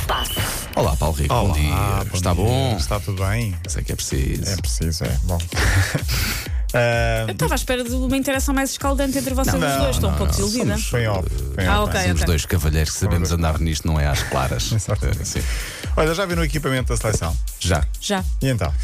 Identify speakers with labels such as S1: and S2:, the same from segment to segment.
S1: se passa?
S2: Olá, Paulo Rico. bom
S3: Olá,
S2: dia.
S3: bom
S2: Está
S3: dia.
S2: bom?
S3: Está tudo bem?
S2: Sei que é preciso.
S3: É preciso, é. Bom. Ah,
S4: Eu estava à espera de uma interação mais escaldante entre vocês os dois, estou um pouco desiludida.
S2: somos- é,
S3: foi óbvio. Foi
S4: Ah,
S3: óbvio.
S4: ok.
S2: Somos dois cavalheiros que sabemos
S3: Ora.
S2: andar nisto, não é às claras.
S3: Exatamente.
S2: Eh, sim.
S3: Olha, já viram o equipamento da seleção?
S2: Já.
S4: Já.
S3: E então?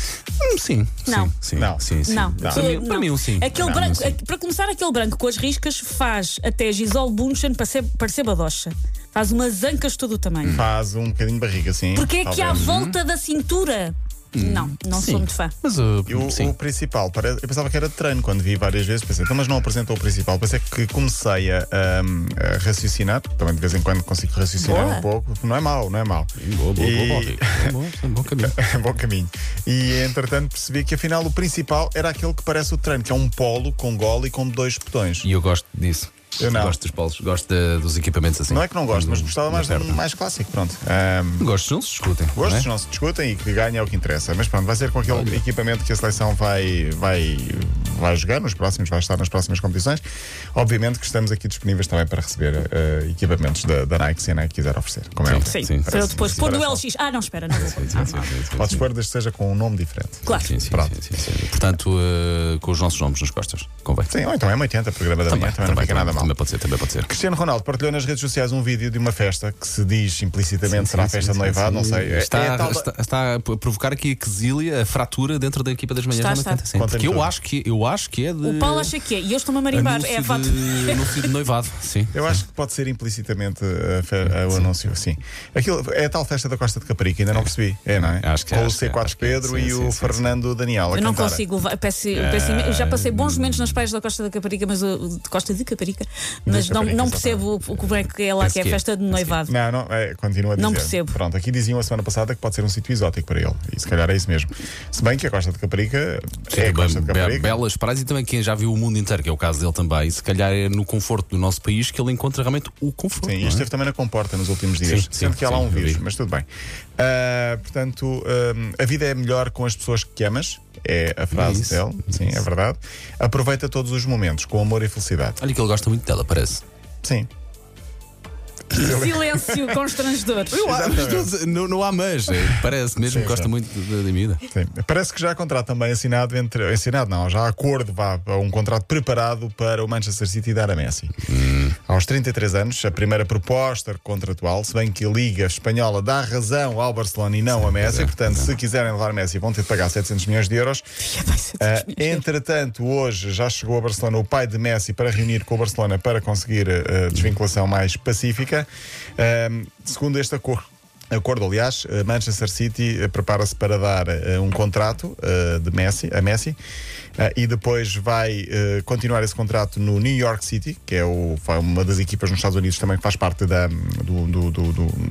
S2: Hum, sim.
S4: Não.
S2: Sim, sim,
S3: Não.
S2: sim, sim.
S4: Não,
S2: Para,
S4: Tu-
S2: mim, para
S4: não.
S2: mim, um sim.
S4: Aquele
S2: Para mim,
S4: branco,
S2: um sim.
S4: a- para começar, aquele branco com as riscas faz até Gisole Bunchen parecer, parecer badocha. Faz umas ancas de todo o
S2: Hum.
S4: tamanho.
S3: Faz um bocadinho de barriga, sim.
S4: Porque é que à
S3: talvez.
S4: volta da cintura? Não, não
S2: Hum. Sim.
S4: sou muito fã.
S2: Mas uh,
S3: E o,
S2: sim.
S3: o principal, pare- eu pensava que era de treino quando vi várias vezes, pensei, então, mas não apresentou o principal. Pensei que comecei a, hum, a raciocinar, também de vez em quando consigo raciocinar
S4: Boa.
S3: um pouco, não é mau, não é mau.
S2: Boa, boa, boa,
S3: E-
S2: boa, Rico. Boa, boa, bom caminho.
S3: Bom caminho. E entretanto percebi que afinal o principal era aquele que parece o treino, que é um polo com gola e com dois botões.
S2: E eu gosto disso.
S3: Eu não.
S2: Gosto dos polos, gosto de- dos equipamentos assim.
S3: Não é que não gosto, mas gostava mais de
S2: da
S3: um
S2: perna.
S3: mais clássico, pronto. Ahm,
S2: Gostos não se discutem. não
S3: gostos
S2: é?
S3: não se discutem e que ganha é o que interessa. Mas pronto, vai ser com aquele equipamento que a seleção vai, vai, vai jogar nos próximos, vai estar nas próximas competições. Obviamente que estamos aqui disponíveis também para receber eh, equipamentos da, da Nike se a Nike quiser oferecer, como é óbvio.
S4: Sim,
S2: Sim,
S4: para eu
S2: parece-
S4: depois pôr no
S3: parece-
S4: LX. Ah, não, espera, não vou.
S2: Sim, sim, sim, sim, sim,
S3: Podes
S2: sim.
S3: pôr desde que seja com um nome diferente.
S4: Claro.
S2: Sim, sim,
S3: Pronto.
S2: sim, sim, sim. Portanto, uh, com os nossos nomes nas costas. Convém.
S3: Sim, ou então é 80, programa da manhã, também, não fica nada mal.
S2: Também pode ser, também pode ser.
S3: Cristiano Ronaldo partilhou nas redes sociais um vídeo de uma festa que se diz implicitamente será a festa de noivado, não sei. É-
S2: Está,
S3: é a tal da-
S2: está- está a provocar aqui a quesilha, a fratura dentro da equipa das manhãs
S4: Está,
S2: da
S4: está.
S2: 80. Sim,
S3: Conta-me
S2: porque eu
S3: tudo.
S2: acho, que, eu acho que é de.
S4: O Paulo acha que é, e eu estou-me a marimbar. É a foto.
S2: anúncio de, anúncio de noivado, sim.
S3: Eu acho que pode ser implicitamente eh, a fe- a- o anúncio, sim. Aquilo é a tal festa da Costa de Caparica, ainda não percebi. É, não é?
S2: Acho que é,
S3: Com o
S2: acho que é,
S3: C4
S2: acho que é.
S3: Pedro
S2: Sim,
S3: e
S2: sim,
S3: o
S2: sim,
S3: Fernando Daniel. a
S4: Eu não
S3: cantar.
S4: consigo levar. Peço, peço imen- eu já passei
S2: Ah.
S4: bons momentos nas praias da Costa da Caparica, mas eu- de Costa de Caparica, mas não,
S3: Caparica,
S4: não percebo o- o- como é que é lá
S2: Penso
S4: que é a
S2: que é.
S4: festa de
S2: Penso que é.
S4: noivado.
S3: Não, não, é, continua a dizer.
S4: Não percebo.
S3: Pronto, aqui diziam a semana passada que pode ser um sítio exótico para ele. E se calhar é isso mesmo. Se bem que a Costa de Caparica é a
S2: Bem,
S3: Costa de
S2: be-
S3: Caparica.
S2: belas praias e também quem já viu o mundo inteiro, que é o caso dele também, e se calhar é no conforto do nosso país que ele encontra realmente o conforto.
S3: Sim,
S2: não
S3: isto
S2: é?
S3: esteve também na comporta nos últimos dias,
S2: Sim,
S3: sendo
S2: sim,
S3: que há lá
S2: sim,
S3: um
S2: eu
S3: vírus,
S2: vi.
S3: mas tudo bem. Ah, portanto, hum, a vida é melhor com as pessoas que amas, é a frase
S2: Isso,
S3: dele, sim, é verdade. Aproveita todos os momentos, com amor e felicidade.
S2: Olha que ele gosta muito dela, parece.
S3: Sim.
S4: Silêncio constrangedor.
S2: não, não há mas, é, parece mesmo que gosta muito da da Dida.
S3: Sim. Parece que já há contrato também assinado entre. Assinado não, já há acordo, vá, há um contrato preparado para o Manchester City dar a Messi.
S2: Hum.
S3: Aos 33 anos, a primeira proposta contratual, se bem que a Liga Espanhola dá razão ao Barcelona e não a Messi,
S2: é,
S3: portanto, se quiserem levar Messi vão ter de pagar 700 milhões de euros.
S4: Vai ser dos
S3: Ah,
S4: meus.
S2: então-
S3: entretanto, hoje já chegou a Barcelona o pai de Messi para reunir com o Barcelona para conseguir a desvinculação mais pacífica. Ahm, segundo este acordo. Acordo, aliás, eh, Manchester City eh, prepara-se para dar eh, um contrato eh, de Messi, a Messi eh, e depois vai eh, continuar esse contrato no New York City, que é o- fa- uma das equipas nos Estados Unidos também que faz parte da, do, do- do- do-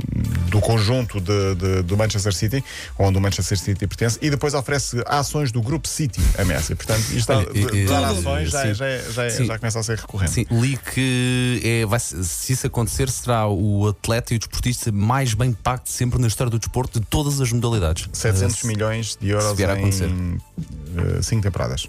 S3: do conjunto de- de- do Manchester City, onde o Manchester City pertence, e depois oferece ações do grupo City a Messi. Portanto, isto
S2: Olha,
S3: de-
S2: e- e-
S3: dar
S2: sim.
S3: ações já, é- já, é- já, é-
S2: Sim.
S3: já começa a ser recorrente.
S2: Sim, li que é, vai se se isso acontecer, será o atleta e o desportista mais bem pago de sempre na história do desporto de todas as modalidades. Ah,
S3: 700 milhões de euros
S2: Se vier a acontecer.
S3: em 5 temporadas.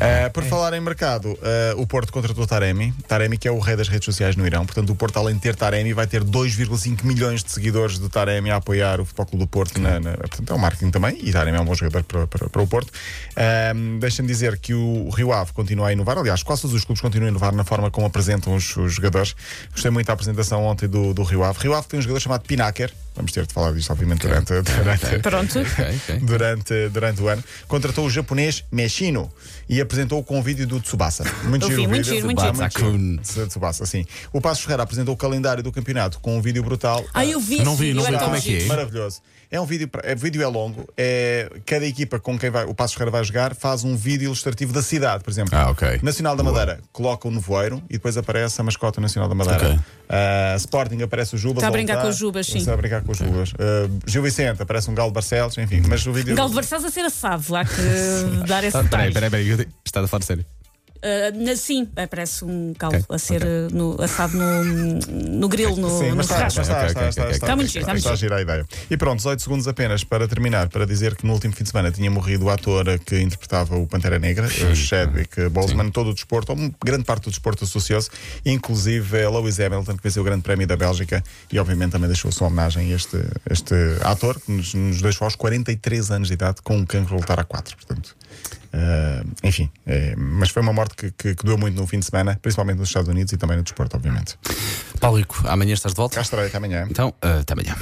S3: Ah, por falar em mercado, ah, o Porto contratou Taremi, Taremi que é o rei das redes sociais no Irão. Portanto, o Porto, além de ter Taremi, vai ter 2,5 milhões de seguidores de Taremi a apoiar o Futebol Clube do Porto. Na, na- portanto, é um marketing também, e Taremi é um bom jogador para, para- para o Porto. Ah, Deixa-me dizer que o Rio Ave continua a inovar, aliás, quase todos os clubes continuam a inovar na forma como apresentam os, os jogadores. Gostei muito da apresentação ontem do, do Rio Ave. Rio Ave tem um jogador chamado Pinaker, vamos ter de falar disto, obviamente, durante, durante,
S4: Pronto.
S2: Ok, ok.
S3: durante, durante o ano, contratou o japonês Meshino e apresentou-o com o vídeo do Tsubasa. Muito
S4: Eu
S3: giro,
S4: vi,
S3: o
S4: muito
S3: vídeo.
S4: giro, muito
S2: Tsubasa
S3: giro.
S2: Kun.
S3: Tsubasa, Tsubasa, sim. O Passo Ferreira apresentou o calendário do campeonato com um vídeo brutal.
S4: Ah, eu vi
S2: Não
S4: esse
S2: vi,
S4: vídeo,
S2: não
S4: era
S2: vi,
S4: tão
S2: como é que é?
S4: giro.
S3: Maravilhoso. É um vídeo, pra- é, o vídeo é longo. É, cada equipa com quem vai, o Passo Ferreira vai jogar faz um vídeo ilustrativo da cidade, por exemplo.
S2: Ah, ok.
S3: Nacional da Madeira coloca o nevoeiro e depois aparece a mascota Nacional da Madeira.
S2: Ok.
S3: Ah, Sporting aparece o Jubas.
S4: Está Tá a
S3: ao
S4: brincar
S3: lutar.
S4: com o Jubas, sim.
S3: Está a brincar com os Jubas. Ah, Gil Vicente aparece um Galo de Barcelos, enfim. Mas o vídeo.
S4: Galvão Barcelos a ser assado, há que dar esse
S2: Ah, Peraí,
S4: detalhe.
S2: peraí, peraí, eu te- está a falar sério.
S4: Ah, na- sim, ah, parece um caldo a ser ah, no- assado no, no grilo, no,
S3: Sim,
S4: no
S3: mas
S2: tá,
S3: está,
S4: churrasco.
S2: Ok, ok,
S3: mas está, está, está,
S2: ok,
S3: está,
S4: ok. Está muito giro, está muito
S3: a girar a ideia. E pronto, 18 segundos apenas para terminar, para dizer que no último fim de semana tinha morrido o ator que interpretava o Pantera Negra, o Chadwick Boseman, todo o desporto, ou grande parte do desporto associou-se, inclusive a Lewis Hamilton, que venceu o Grande Prémio da Bélgica e obviamente também deixou a sua homenagem a este, este ator, que nos, nos deixou aos 43 anos de idade com um cancro a lutar a 4, portanto. eh, enfim, eh, mas foi uma morte que, que, que doeu muito no fim de semana, principalmente nos Estados Unidos e também no desporto, obviamente.
S2: Paulo Rico, amanhã estás de volta?
S3: Cá estarei, até amanhã.
S2: Então, ah, até amanhã.